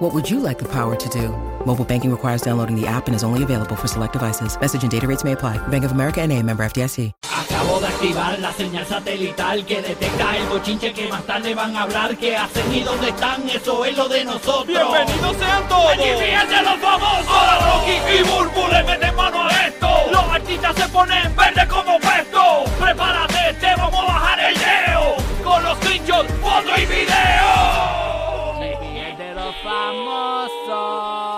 What would you like the power to do? Mobile banking requires downloading the app and is only available for select devices. Message and data rates may apply. Bank of America and a member FDIC. Acabo de activar la señal satelital que detecta el bochinche que más tarde van a hablar. ¿Qué hacen y dónde están? Eso es lo de nosotros. ¡Bienvenidos sean todos! ¡Aquí fíjense los famosos! Ahora Rocky y Burbu le meten mano a esto. Los artistas se ponen verde como pesto. ¡Prepárate, te vamos a bajar el leo! Con los trinchos, foto y video. de los famosos.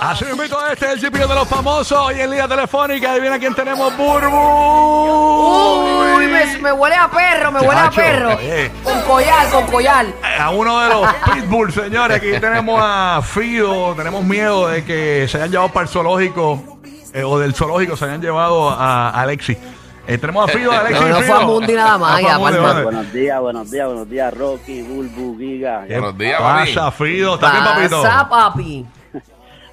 Así mismo, este es el GPO de los famosos. Y en línea telefónica, adivina quién tenemos, Eh, Burbu. Uy, me, me huele a perro, me huele a Chacho, perro. oye. Con collar, con collar. A uno de los Pitbull, señores. Aquí tenemos a Fido. Tenemos miedo de que se hayan llevado para el zoológico eh, o del zoológico se hayan llevado a Alexi. Eh, tenemos a Fido, a Alexi. No, y no fue Fido. a Mundi nada más, No fue ya, a Mundi, Palma. vale. Buenos días, buenos días, buenos días, Rocky, Bulbu, Giga. Buenos días, papi. Pasa, Fido. ¿Está bien, papito? Pasa, papi.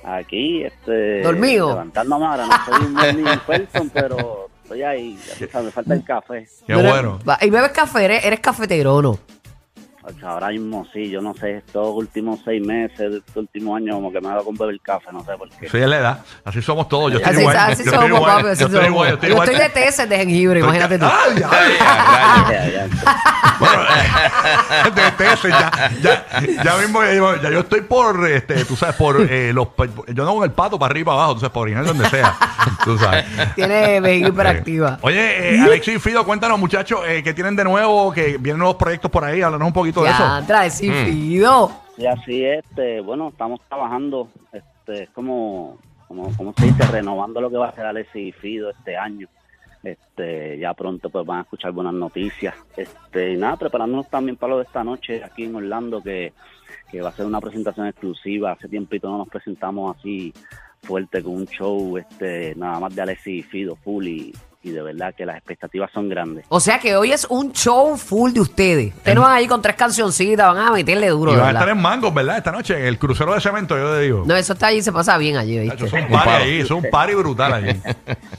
Aquí, este. ¿Dormido? Levantando ahora, no soy un morning person, pero estoy ahí. Ya tú sabes, me falta el café. Qué Pero- bueno. va- Y bebes café, eres, eres cafetero, ¿o ¿no? Ocho, Ahora mismo sí, yo no sé, estos últimos seis meses, estos últimos años, como que me ha dado con beber café, no sé por qué. Sí, es la edad. Así somos todos. Yo estoy Así, igual. así yo somos, estoy igual, papi, así yo estoy somos. igual, yo estoy Yo igual. estoy de tesis de jengibre, imagínate tú. Ay, ay, ay. Ya, ya, Bueno, de tesis, ya, ya, ya mismo eh, ya yo estoy por, este, tú sabes, por eh, los, yo no con el pato para arriba, abajo, tú sabes, por orinar donde sea, tú sabes. Tiene vejiga hiperactiva. Eh, Oye, eh, Alexis y Fido, cuéntanos, muchachos, eh, ¿qué tienen de nuevo? Que vienen nuevos proyectos por ahí, háblanos un poquito de Ya, eso. Mm. trae sifido. Y así, este, bueno, estamos trabajando, este, es como, como, como se dice, renovando lo que va a ser Alexis y Fido este año. Este, ya pronto pues van a escuchar buenas noticias. Este, y nada, preparándonos también para lo de esta noche aquí en Orlando, que, que va a ser una presentación exclusiva. Hace tiempito no nos presentamos así fuerte con un show, este, nada más de Alexis y Fido full y, y de verdad que las expectativas son grandes. O sea que hoy es un show full de ustedes. Ustedes no van a ir con tres cancioncitas, van a meterle duro, Em. Y de van a verdad. estar en Mangos, ¿verdad? Esta noche, en el crucero de cemento, yo te digo. No, eso está allí, se pasa bien allí, Chacho, ¿viste? es un party ahí, es un party brutal allí.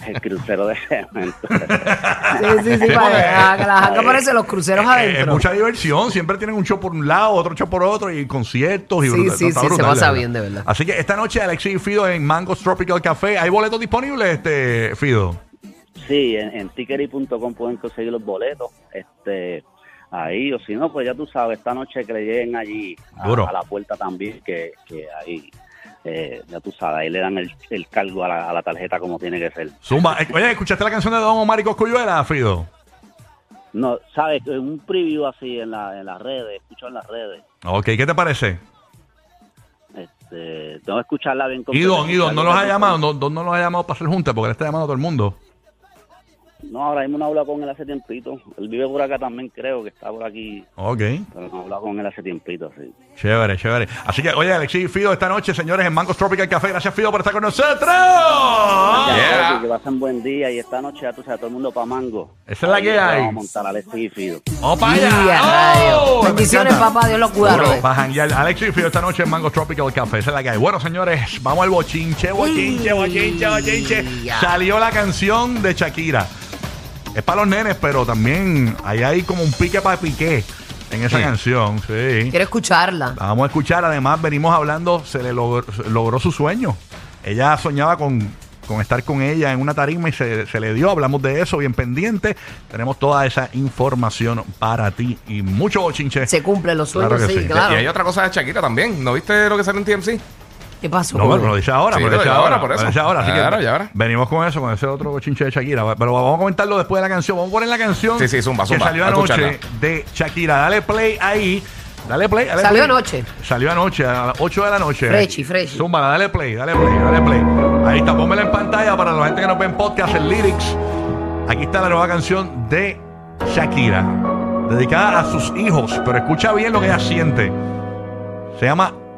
El crucero de cemento. Sí, sí, Sí, sí, para porque- que la que la jaca aparece los cruceros Eh, adentro. mucha diversión, siempre tienen un show por un lado, otro show por otro, y conciertos y Sí, brutal, sí, está sí, brutal, se pasa bien, de verdad. Así que esta noche Alexis y Fido en Mango's Tropical Café. ¿Hay boletos disponibles, este Fido? Sí, en, en tickery.com pueden conseguir los boletos. Este, ahí, o si no, pues ya tú sabes, esta noche que le lleguen allí a, Duro. a la puerta también, que, que ahí, eh, ya tú sabes, ahí le dan el, el cargo a la, a la tarjeta como tiene que ser. Zumba. Eh, Oye, ¿escuchaste la canción de Don Omar y Cosculluela, Fido? No, sabes, en un preview así en, la, en las redes, escucho en las redes. Ok, ¿qué te parece? Este, tengo que escucharla bien. Y Don, completa, y Don, ¿no los ha escucharla llamado? bien. ¿No, don no los ha llamado para hacer juntas? Porque le está llamando a todo el mundo. No, ahora mismo no he hablado con él hace tiempito. Él vive por acá también, creo que está por aquí, Ok, pero no he hablado con él hace tiempito, sí. chévere, chévere. Así que, oye, Alexis y Fido, esta noche, señores, en Mango's Tropical Café. Gracias, Fido, por estar con nosotros. Ya, Yeah. Rocky, Que pasen buen día y esta noche ya tú sabes, todo el mundo pa' mango. Esa es la Ahí que te hay. Vamos a montar Alexis y Fido. ¡Vamos para Y allá! a ¡Oh! rayos. Me Bendiciones, encanta. papá. Dios los Bueno, cuidarme. va a janguear Alexis y Fido esta noche en Mango Tropical Café. Esa es la que hay. Bueno, señores, vamos al bochinche, bochinche, bochinche, bochinche. Ya. Salió la canción de Shakira. Es para los nenes, pero también ahí hay como un pique para piqué en esa Sí. canción. Sí. Quiero escucharla. La vamos a escuchar. Además, venimos hablando, se le logró, se- logró su sueño. Ella soñaba con, con estar con ella en una tarima y se, se le dio. Hablamos de eso, bien pendiente. Tenemos toda esa información para ti y mucho bochinche. Se cumplen los sueños, Claro que sí, sí. claro. Y hay otra cosa de Shakira también. ¿No viste lo que salió en TMC? ¿Qué pasó? No, pero lo dice ahora, Sí, pero lo lo dice digo ahora, ahora, por lo eso. dice ahora, así que Claro, ya ahora. Venimos con eso, con ese otro bochinche de Shakira. Pero vamos a comentarlo después de la canción. Vamos a poner la canción Sí, sí, zumba, que zumba. salió A anoche escucharla. de Shakira. Dale play ahí. Dale play. dale Salió play. anoche. Salió anoche, a las 8 de la noche. Frechi, frechi. Zumba, dale play, dale play, dale play. Ahí está, pónmela en pantalla para la gente que nos ve en podcast, en lyrics. Aquí está la nueva canción de Shakira, dedicada a sus hijos. Pero escucha bien lo que ella siente. Se llama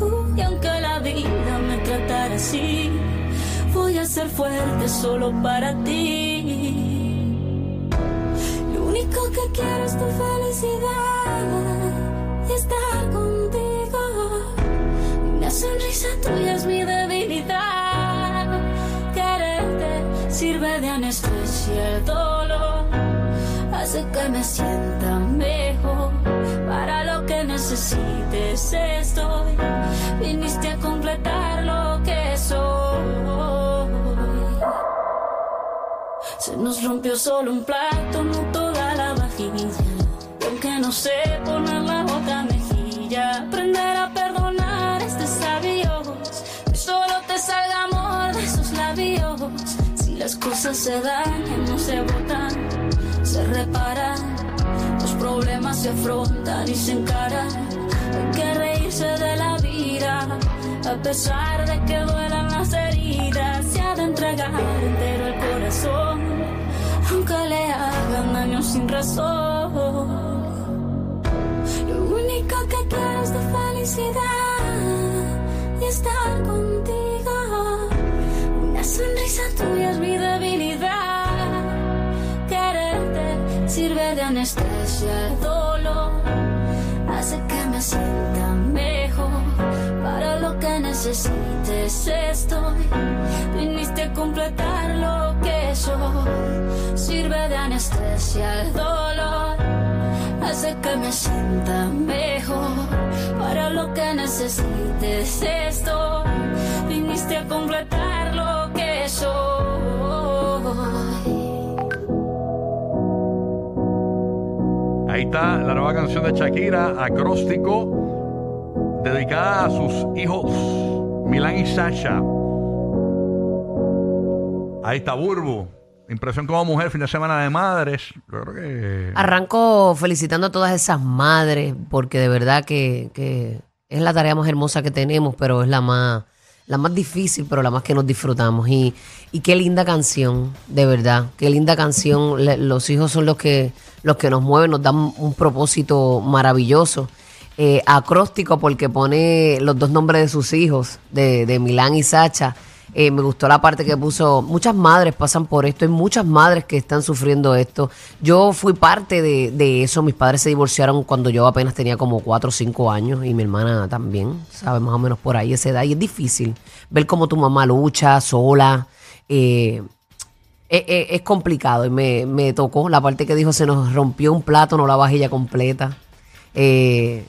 Uh, y aunque la vida me tratara así, voy a ser fuerte solo para ti. Lo único que quiero es tu felicidad y estar contigo. Una sonrisa tuya es mi debilidad. Quererte sirve de anestesia el dolor. Hace que me sienta mejor. Para lo que necesites estoy. Viniste a completar lo que soy. Se nos rompió solo un plato, no toda la vajilla. Y aunque no sé poner la otra mejilla, aprender a perdonar este sabio. Que solo te salga amor de esos labios. Si las cosas se dan, no se botan, se reparan. Los problemas se afrontan y se encaran. Hay que reírse de la vida, a pesar de que duelan las heridas. Se ha de entregar entero el corazón, aunque le hagan daño sin razón. Lo único que quiero es tu felicidad y estar contigo. Una sonrisa tuya es mi debilidad. Quererte sirve de anestesia el dolor. Hace que me sienta mejor. Para lo que necesites estoy. Viniste a completar lo que soy. Sirve de anestesia el dolor hace que me sienta mejor. Para lo que necesites esto, viniste a completar lo que soy. Ahí está la nueva canción de Shakira, acróstico, dedicada a sus hijos, Milán y Sasha. Ahí está Burbu. Impresión como mujer, fin de semana de madres. Yo creo que. Arranco felicitando a todas esas madres, porque de verdad que, que es la tarea más hermosa que tenemos, pero es la más, la más difícil, pero la más que nos disfrutamos. Y, y qué linda canción, de verdad, qué linda canción. Le- los hijos son los que, los que nos mueven, nos dan un propósito maravilloso. Eh, acróstico porque pone los dos nombres de sus hijos, de, de Milán y Sacha. Eh, me gustó la parte que puso, muchas madres pasan por esto, hay muchas madres que están sufriendo esto. Yo fui parte de, de eso, mis padres se divorciaron cuando yo apenas tenía como 4 o 5 años y mi hermana también, sabe más o menos por ahí esa edad. Y es difícil ver cómo tu mamá lucha sola. eh, eh, eh, es complicado y me, me tocó la parte que dijo se nos rompió un plato, no la vajilla completa. Eh,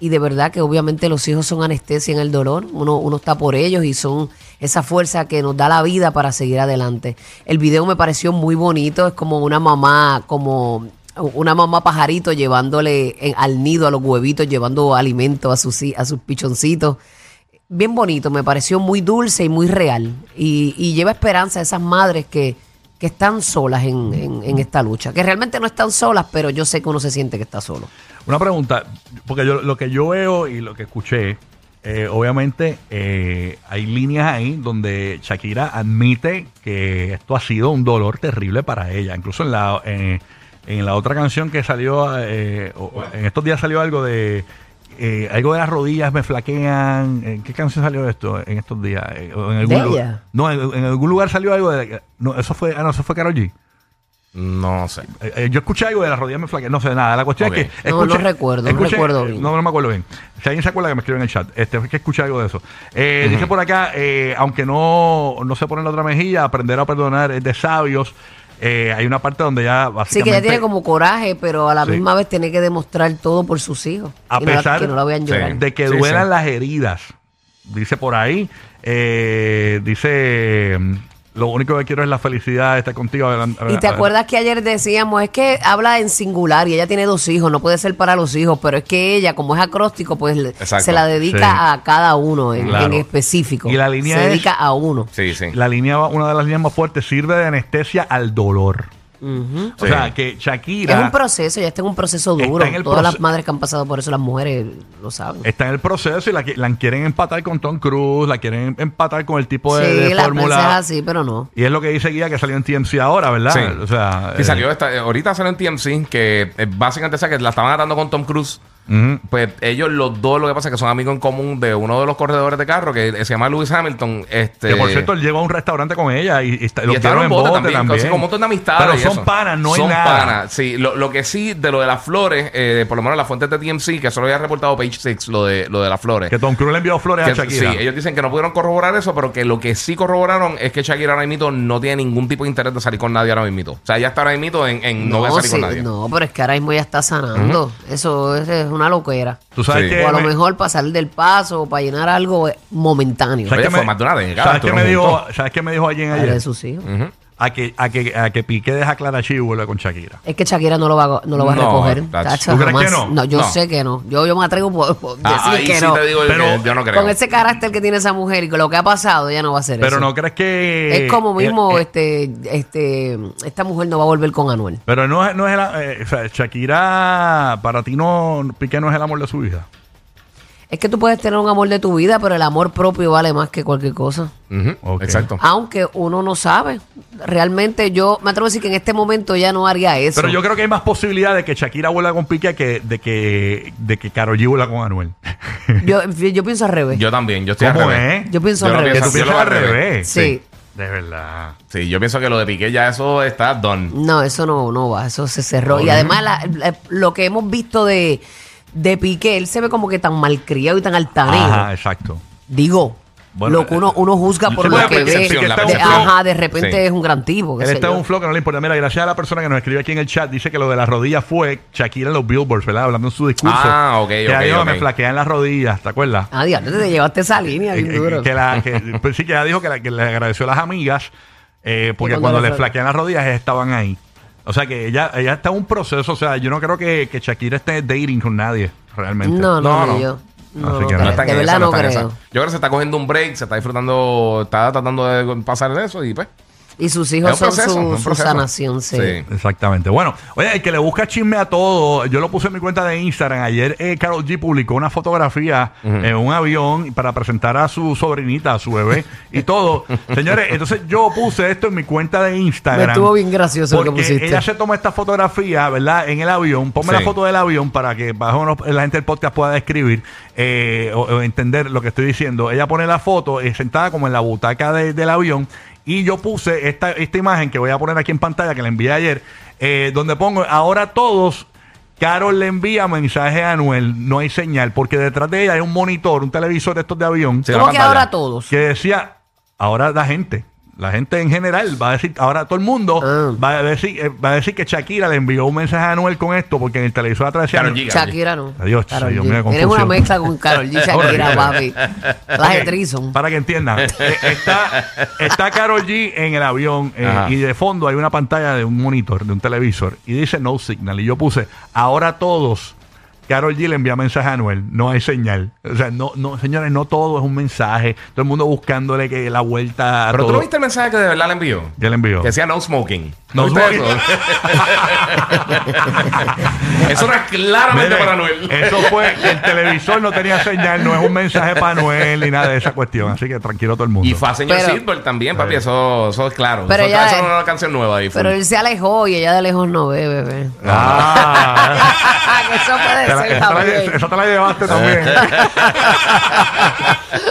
y de verdad que obviamente los hijos son anestesia en el dolor, uno, uno está por ellos y son esa fuerza que nos da la vida para seguir adelante. El video me pareció muy bonito, es como una mamá, como una mamá pajarito llevándole en- al nido, a los huevitos, llevando alimento a sus, hi- a sus pichoncitos. Bien bonito, me pareció muy dulce y muy real. Y, y lleva esperanza a esas madres que, que están solas en, en- en esta lucha, que realmente no están solas, pero yo sé que uno se siente que está solo. Una pregunta, porque yo, lo que yo veo y lo que escuché, eh, obviamente eh, hay líneas ahí donde Shakira admite que esto ha sido un dolor terrible para ella. Incluso en la, eh, en la otra canción que salió, eh, o- o en estos días salió algo de... eh, algo de las rodillas me flaquean. ¿En qué canción salió esto en estos días? Eh, o en algún ¿De lu- ella? No, en, en algún lugar salió algo de... No, eso fue, ah, no, eso fue Karol G. No sé. Eh, eh, yo escuché algo de las rodillas me flaquean, no sé nada. La cuestión Ok. es que. No, no escuché- eh, recuerdo, no recuerdo bien. No, no me acuerdo bien. Si alguien se acuerda que me escribe en el chat, este, es que escuché algo de eso. Eh, Dice por acá, eh, aunque no, no se pone en la otra mejilla, aprender a perdonar es de sabios. Eh, hay una parte donde ya Sí, básicamente. que ella tiene como coraje, pero a la Sí. misma vez tiene que demostrar todo por sus hijos. a Y no la- pesar que no la vean Sí. llorar. de que Sí, duelan sí. las heridas. Dice por ahí, eh, dice mm, Lo único que quiero es la felicidad de estar contigo. Adelan- Y te adelan- acuerdas que ayer decíamos, es que habla en singular y ella tiene dos hijos, no puede ser para los hijos, pero es que ella, como es acróstico, pues le- Exacto, se la dedica sí. a cada uno en, Claro. en específico. Y la línea se es- dedica a uno. Sí, sí. La línea, una de las líneas más fuertes sirve de anestesia al dolor. O Sí. sea, que Es Shakira un proceso, ya está en un proceso Está duro. en el Todas las proce- madres que han pasado por eso, las mujeres lo saben. está en el proceso y la, qui- la quieren empatar con Tom Cruise, la quieren empatar con el tipo de, sí, pues de las veces fórmula. así, pero no. Y es lo que dice Guía que salió en TMC ahora, ¿verdad? Sí. O sea, Sí, eh, salió esta, eh, ahorita salió en TMC que eh, básicamente o sea, que la estaban atando con Tom Cruise. Pues ellos los dos lo que pasa es que son amigos en común de uno de los corredores de carro que eh, se llama Lewis Hamilton. Este, Que por cierto, él llegó a un restaurante con ella y, y está- y lo estaban vieron en bote también. así como un montón de amistades. Pero y son eso. panas, no hay Son nada. panas, sí. Lo, lo que sí, de lo de las flores, eh, por lo menos las fuentes de TMC, que solo había reportado Page Six, lo de, lo de las flores. Que Tom Cruise le envió flores Que- a Shakira. sí, ellos dicen que no pudieron corroborar eso, pero que lo que sí corroboraron es que Shakira ahora mismo no tiene ningún tipo de interés de salir con nadie ahora mismo. O sea, ya está ahora mismo en, en no, voy a salir con sí, nadie. no, pero es que ahora mismo ya está sanando. Eso es, es una loquera. Tú sabes Sí. que O a lo me- mejor pasar del paso o para llenar algo eh, momentáneo. ¿Sabes Oye, qué fue más de una década, ¿Sabes qué me estuvieron dijo? ¿Sabes qué me dijo alguien Padre de ayer? sus hijos. Ujú. A que a que a que Piqué deja a Clara Chi y vuelve con Shakira. Es que Shakira no lo va, a- no lo va a No, recoger. tacho. tacho, ¿Tú crees jamás. que no? yo No. sé que no. Yo, yo me atrevo por, por Ah, decir ahí que sí no. te digo yo Pero- que yo no creo. Con ese carácter que tiene esa mujer y con lo que ha pasado, ella no va a hacer Pero eso. no crees que es como mismo eh, eh, este, este, esta mujer no va a volver con Anuel. pero no es, no es la, eh, o sea, Shakira para ti no Piqué no es el amor de su vida. Es que tú puedes tener un amor de tu vida, pero el amor propio vale más que cualquier cosa. Ujú, Ok. Exacto. Aunque uno no sabe. Realmente yo me atrevo a decir que en este momento ya no haría eso. Pero yo creo que hay más posibilidad de que Shakira vuelva con Piqué que de que de que Karol G vuelva con Anuel. yo, yo pienso al revés. Yo también, yo estoy al ¿Cómo revés. es? Yo pienso Yo al no revés. que tú pienso- yo piensas lo al veo al revés. revés. Sí. De verdad. Sí, yo pienso que lo de Piqué ya eso está done. No, eso no, no va, eso se cerró. Y además la- la- lo que hemos visto de, de Piqué, él se ve como que tan malcriado y tan altanero. Ajá, exacto. Digo, Bueno, lo que uno, uno juzga por sí, lo bueno, que pero ve. Piqué está de- un flow. ajá, de repente Sí. es un gran tipo. qué Él sé está yo. en un flow que no le importa. Mira, gracias a la persona que nos escribió aquí en el chat, dice que lo de las rodillas fue Shakira en los billboards, ¿verdad? Hablando en su discurso. Ah, ok, Que ok, ahí, oh, ok. me flaquean las rodillas, ¿te acuerdas? Ah, diablo, te llevaste esa línea Eh, bien eh, duro. que la, que- pues sí, que ella dijo que, la- que le agradeció a las amigas eh, porque cuando cuando le le fla- flaquean las rodillas ellas estaban ahí. O sea que ella, ella está en un proceso. O sea, yo no creo que, que Shakira esté dating con nadie, realmente. No, no, No, no, no. yo. No, Así no que no creo. está en de esa, verdad no está en creo. esa. Yo creo que se está cogiendo un break, se está disfrutando, está tratando de pasar en eso y pues. Y sus hijos Es un son proceso, es un su, su proceso. sanación, sí. Sí. Exactamente. Bueno, oye, el que le busca chisme a todo, yo lo puse en mi cuenta de Instagram. Ayer eh, Carol G publicó una fotografía en un avión para presentar a su sobrinita, a su bebé y todo. Señores, entonces yo puse esto en mi cuenta de Instagram. Me estuvo bien gracioso lo que porque pusiste. Ella se tomó esta fotografía, ¿verdad? En el avión. Ponme Sí. la foto del avión para que más o menos la gente del podcast pueda describir eh, o, o entender lo que estoy diciendo. Ella pone la foto eh, sentada como en la butaca de- del avión. Y yo puse esta, esta imagen que voy a poner aquí en pantalla, que la envié ayer, eh, donde pongo ahora todos. Carol le envía mensaje a Anuel, no hay señal, porque detrás de ella hay un monitor, un televisor de estos de avión, Sí, la ¿Cómo que pantalla. ahora todos? que decía, ahora la gente, la gente en general va a decir, ahora todo el mundo Ah. va a decir, eh, va a decir que Shakira le envió un mensaje a Anuel con esto, porque en el televisor atrás decía, Karol G. Shakira no. Adiós, Karol Dios G. mío, qué Tenemos una confusión. mezcla con Carol G. Shakira, papi. Las de Trison. Para que entiendan, eh, está, está Carol G en el avión eh, Ajá. y de fondo hay una pantalla de un monitor, de un televisor, y dice no signal. Y yo puse, ahora todos, Carol G le envía mensaje a Anuel, no hay señal. O sea, no, no, señores, no todo es un mensaje. Todo el mundo buscándole que la vuelta a Pero tú todo. no viste el mensaje que de verdad le envió. ¿Qué le envió? Que decía no smoking. No ¿Viste smoking. eso? eso era claramente Mire, para Noel. Eso fue que el televisor no tenía señal, no es un mensaje para Noel ni nada de esa cuestión. Así que tranquilo todo el mundo. Y fue a señor Pero- Silver también, papi. Eso, eso es claro. Pero eso, ya- eso no era una canción nueva ahí. Pero él se alejó y ella de lejos no ve, bebé. Ah, que eso puede te la- ser esa, te la, también. esa te la llevaste también. Este.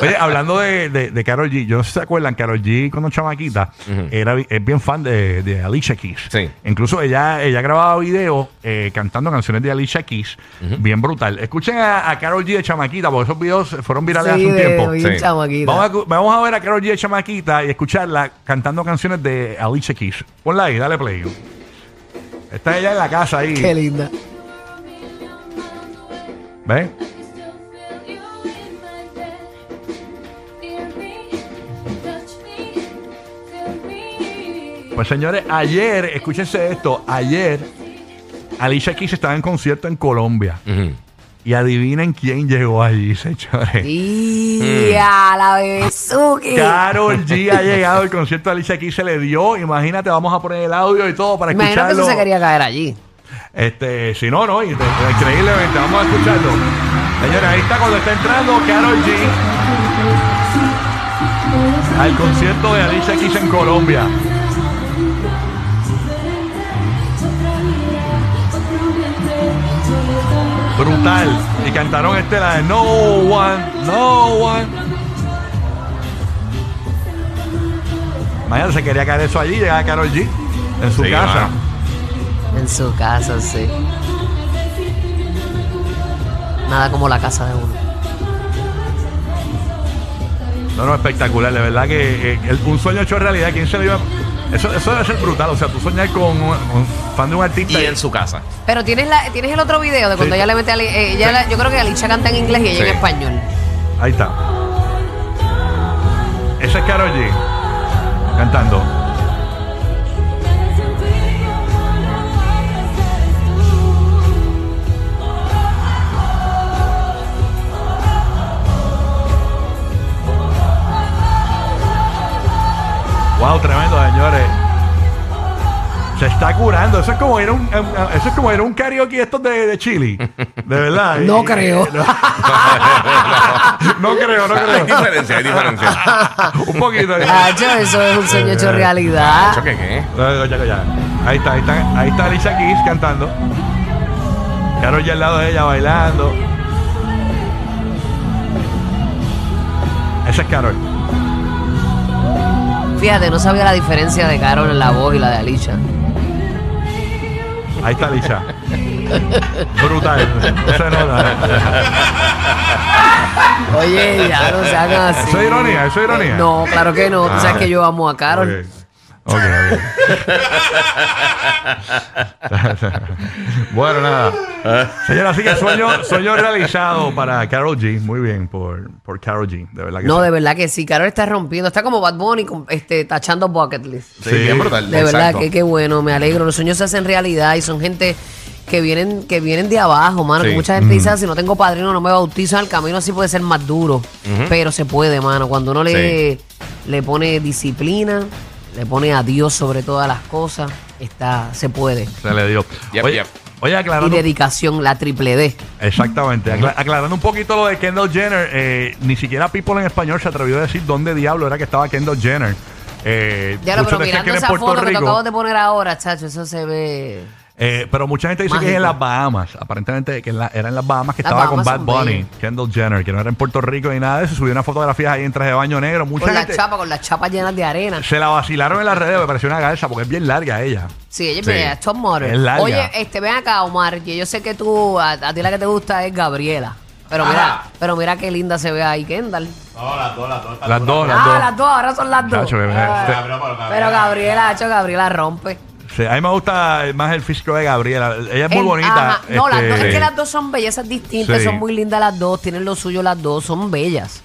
Oye, hablando de, de, de Karol G, yo no sé si se acuerdan, Carol G cuando chamaquita era, bi- es bien fan de, de Alicia Keys. Sí. Incluso ella, ella grababa videos eh, cantando canciones de Alicia Keys, bien brutal. Escuchen a, Carol G de chamaquita, porque esos videos fueron virales Sí, hace un de- tiempo. bien Sí. chamaquita. Vamos a, cu- vamos a ver a Carol G de Chamaquita y escucharla cantando canciones de Alicia Keys. Ponla ahí, dale play. Está ella en la casa ahí. Qué linda. ¿Ves? Touch me, feel me, Pues señores, ayer, escúchense esto, ayer Alicia Keys estaba en concierto en Colombia. Ujú. Y adivinen quién llegó allí, señores. Y Hmm. a la bebezuki. Carol G ha llegado, el concierto de Alicia Keys se le dio. Imagínate, vamos a poner el audio y todo para Imagino que escucharlo. eso se quería caer allí. Este, si no, no, y- increíblemente, vamos a escucharlo. Señores, ahí está cuando está entrando Carol G. Al concierto de Alicia Keys en Colombia. Brutal. Y cantaron este la de No One, No One. Mañana se quería caer eso allí, llegaba Carol G en su Sí, casa. mano. En su casa, sí. Nada como la casa de uno. No, no, espectacular, de verdad que eh, el- un sueño hecho realidad, ¿quién se lo iba? Eso, eso debe ser brutal, o sea, tú soñar con un, un fan de un artista Y en su casa. Pero tienes la, tienes el otro video de cuando Sí. ella le mete a Ali- eh, ella la- yo creo que Alicia canta en inglés y ella Sí. en español. Ahí está. Esa es Karol G cantando. Wow, tremendo, señores. Se está curando. Eso es como ir a un, a- a- eso es como ir a un karaoke estos de, de Chile. De verdad. No creo. No, no creo, no Hay creo. diferencia, hay diferencia. Un poquito. ahí. Cacho, eso es un sueño Eh, hecho realidad. ¿Qué, qué? No, no, ya, ya. Ahí está, ahí está, ahí está Alicia Keys cantando. Carol ya al lado de ella bailando. Esa es Carol. Fíjate, no sabía la diferencia de Carol en la voz y la de Alicia. Ahí está Alicia. Brutal. Esa no, no, no. Oye, ya no se hagan así. Eso es ironía, eso es ironía. No, claro que no. Tú Ah. sabes que yo amo a Carol. Ok, ok. ok. bueno, nada. Señora, así que sueño, sueño realizado para Carol G. Muy bien, por, por Carol G. De verdad que No, sí. de verdad que sí. Carol está rompiendo. Está como Bad Bunny con- este, tachando bucket list. Sí, Sí. bien brutal. De verdad exacto. que qué bueno. Me alegro. Los sueños se hacen realidad y son gente que vienen que vienen de abajo, mano. Sí. Que mucha gente dice, "Ah, si no tengo padrino, no me bautizan. El camino así puede ser más duro. Pero se puede, mano. Cuando uno le, le pone disciplina, le pone a Dios sobre todas las cosas, está se puede. Se le dio. Yep, oye, yep. oye, Y aclarando. dedicación, la triple D. Exactamente. Acla- aclarando un poquito lo de Kendall Jenner, eh, ni siquiera People en español se atrevió a decir dónde diablo era que estaba Kendall Jenner. Eh, Ya lo, muchos pero decían mirando que era en esa Puerto foto que te Rico, acabo de poner ahora, chacho, eso se ve. eh, pero mucha gente dice que es en Mágico. las Bahamas. Aparentemente que en la- era en las Bahamas que Las estaba Bahamas con son Bad Bunny, bellas. Kendall Jenner, que no era en Puerto Rico ni nada de eso. Subió unas fotografías ahí en traje de baño negro. Mucha Con la gente chapa, con las chapas llenas de arena. se la vacilaron en las redes. Me pareció una garza porque es bien larga ella. Sí, ella es Sí. bella, top Es model. larga. Oye, este, ven acá, Omar, que yo sé que tú, a, a ti la que te gusta es Gabriela. Pero mira, Ah. pero mira qué linda se ve ahí Kendall. Las dos, las ah, dos. las dos, ahora son las dos. Chacho, que- Ah, este- pero Gabriela, hecho, Gabriela rompe. Sí, a mí me gusta más el físico de Gabriela. Ella es muy El- bonita. ajá. No, las este, dos, es que las dos son bellezas distintas, Sí. son muy lindas las dos, tienen lo suyo las dos, son bellas.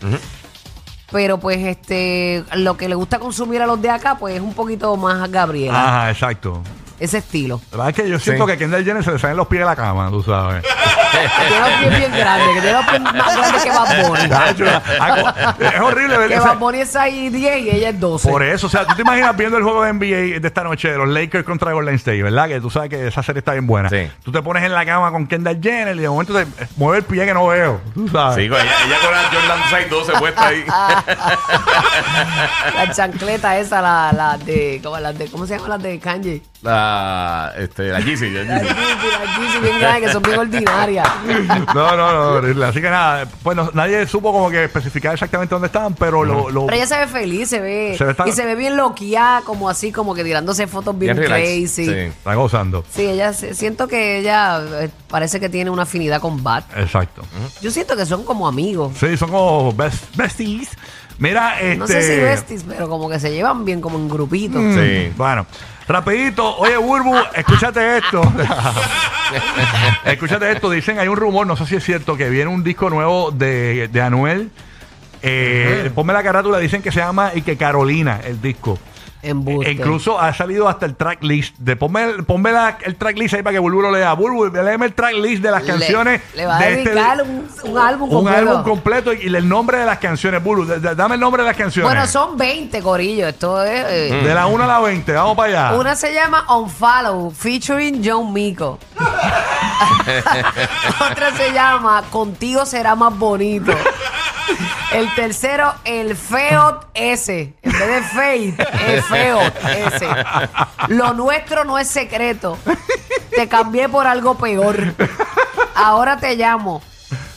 Pero pues este, lo que le gusta consumir a los de acá, pues es un poquito más a Gabriela, Ajá, exacto. ese estilo. La verdad es que yo siento que a Kendall Jenner se le salen los pies de la cama, tú sabes. Que tiene los pies bien grandes, que tiene los pies más grandes que Bad Bunny. Chacho, hago- es horrible ver Que esa- Bad Bunny es ahí 10 y ella es 12. Por eso, o sea, tú te imaginas viendo el juego de NBA de esta noche de los Lakers contra Golden State, ¿verdad? Que tú sabes que esa serie está bien buena. Sí. Tú te pones en la cama con Kendall Jenner y de momento te eh, mueve el pie que no veo, tú sabes. Sí, con ella, ella con la Jordan 612 puesta ahí. La chancleta esa, la, la de, ¿cómo, las de. ¿Cómo se llama? Las de Kanye. La, este, la Yeezy, la Las Yeezy. Yeezy, las Yeezy bien grandes, que son bien ordinarias. No, no, no, horrible. Así que nada, bueno, nadie supo como que especificar exactamente dónde estaban, pero lo... lo- Pero ella se ve feliz, se ve. Se ve tan- y se ve bien loqueada, como así, como que tirándose fotos bien Bien relax, crazy. sí. Sí. Está gozando. ella se- siento que ella eh, parece que tiene una afinidad con Bat. Exacto. Yo siento que son como amigos. Sí, son como best- besties. Mira, este... No sé si besties, pero como que se llevan bien, como en grupito. Sí. Mm. Bueno, rapidito, oye Burbu, escúchate esto. escúchate esto, dicen, hay un rumor, no sé si es cierto, que viene un disco nuevo de, de Anuel. Eh, Ponme la carátula, dicen que se llama y que Carolina, el disco. Embuste. E- Incluso ha salido hasta el tracklist. De ponme, el- ponme la- el tracklist ahí para que Bulburo lea. Bulburo, léeme el tracklist de las Le- canciones. Le, va a de este- dedicar un, un álbum un completo. álbum completo y, y el nombre de las canciones. Bulburo, d- d- dame el nombre de las canciones. Bueno, son 20, Corillo. Esto es. eh, De la 1 a la 20, vamos para allá. Una se llama Unfollow, featuring John Mico. Otra se llama Contigo será más bonito. El tercero, el Feot S. En vez de Fate, es Feot S. Lo nuestro no es secreto. Te cambié por algo peor. Ahora te llamo.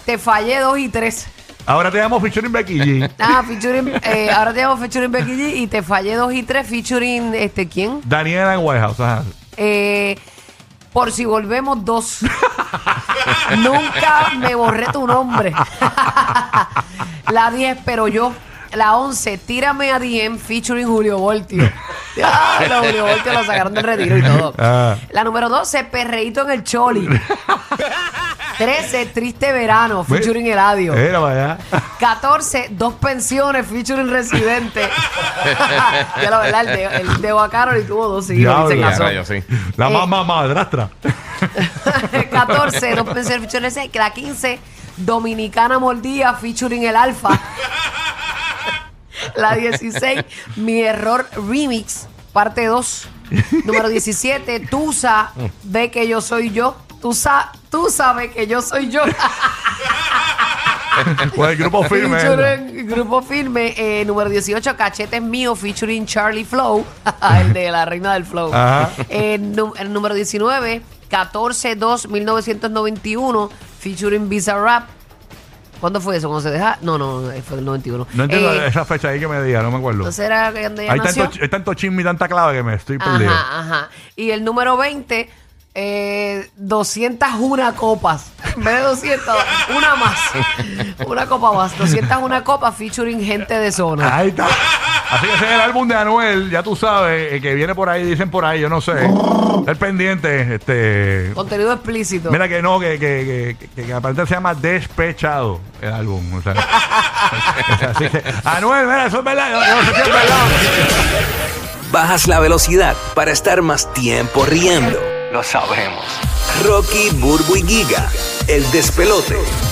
Te fallé dos y tres. Ahora te llamo featuring Becky G. Ah, featuring, eh, ahora te llamo featuring Becky G y te fallé dos y tres featuring, este, ¿quién? Daniela en Whitehouse. ajá. Eh, por si volvemos dos. Nunca me borré tu nombre. la 10, pero yo. La 11, tírame a DM featuring Julio Voltio. Ay, lo Julio Voltio lo sacaron del retiro y todo. Ah. La número 12, perreíto en el choli. 13, triste verano featuring Eladio. Mira para allá. 14, dos pensiones featuring residente. ya la verdad, el de, el de Bacarol y tuvo dos hijos. y se Diablo. casó. Rayos, sí. La Eh. mamá madrastra. 14, dos pensiones featuring residente. La 15, Dominicana Mordía featuring el Alfa. la 16, Mi Error Remix, parte 2. Número 17, Tusa, ve que yo soy yo. Tusa, tú sabes que yo soy yo. Pues el grupo firme. Featuring grupo firme, eh, número 18, Cachetes Mío, featuring Charlie Flow, el de la reina del flow. Ajá. Eh, nu- el número 19, 14-2-1991, featuring Bizarrap. ¿Cuándo fue eso? ¿Cuándo se deja? No, no, eh, fue el 91. No entiendo Eh, esa fecha ahí que me diga, no me acuerdo. ¿no será que donde ella Hay nació? tanto, ch- hay tanto chisme y tanta clave que me estoy perdido. Ajá, ajá. Y el número 20, eh, 201 copas. En vez de 200, una más. Una copa más. 201 copas featuring gente de zona. Ahí está. Así que ese es el álbum de Anuel, ya tú sabes, el que viene por ahí, dicen por ahí, yo no sé. el pendiente, este. Contenido explícito. Mira que no, que, que, que, que, que aparte se llama Despechado el álbum. O sea, o sea, así que, Anuel, mira, eso es verdad. Yo, yo no sé si es verdad. Bajas la velocidad para estar más tiempo riendo. Lo sabemos. Rocky, Burbu y Giga, el despelote.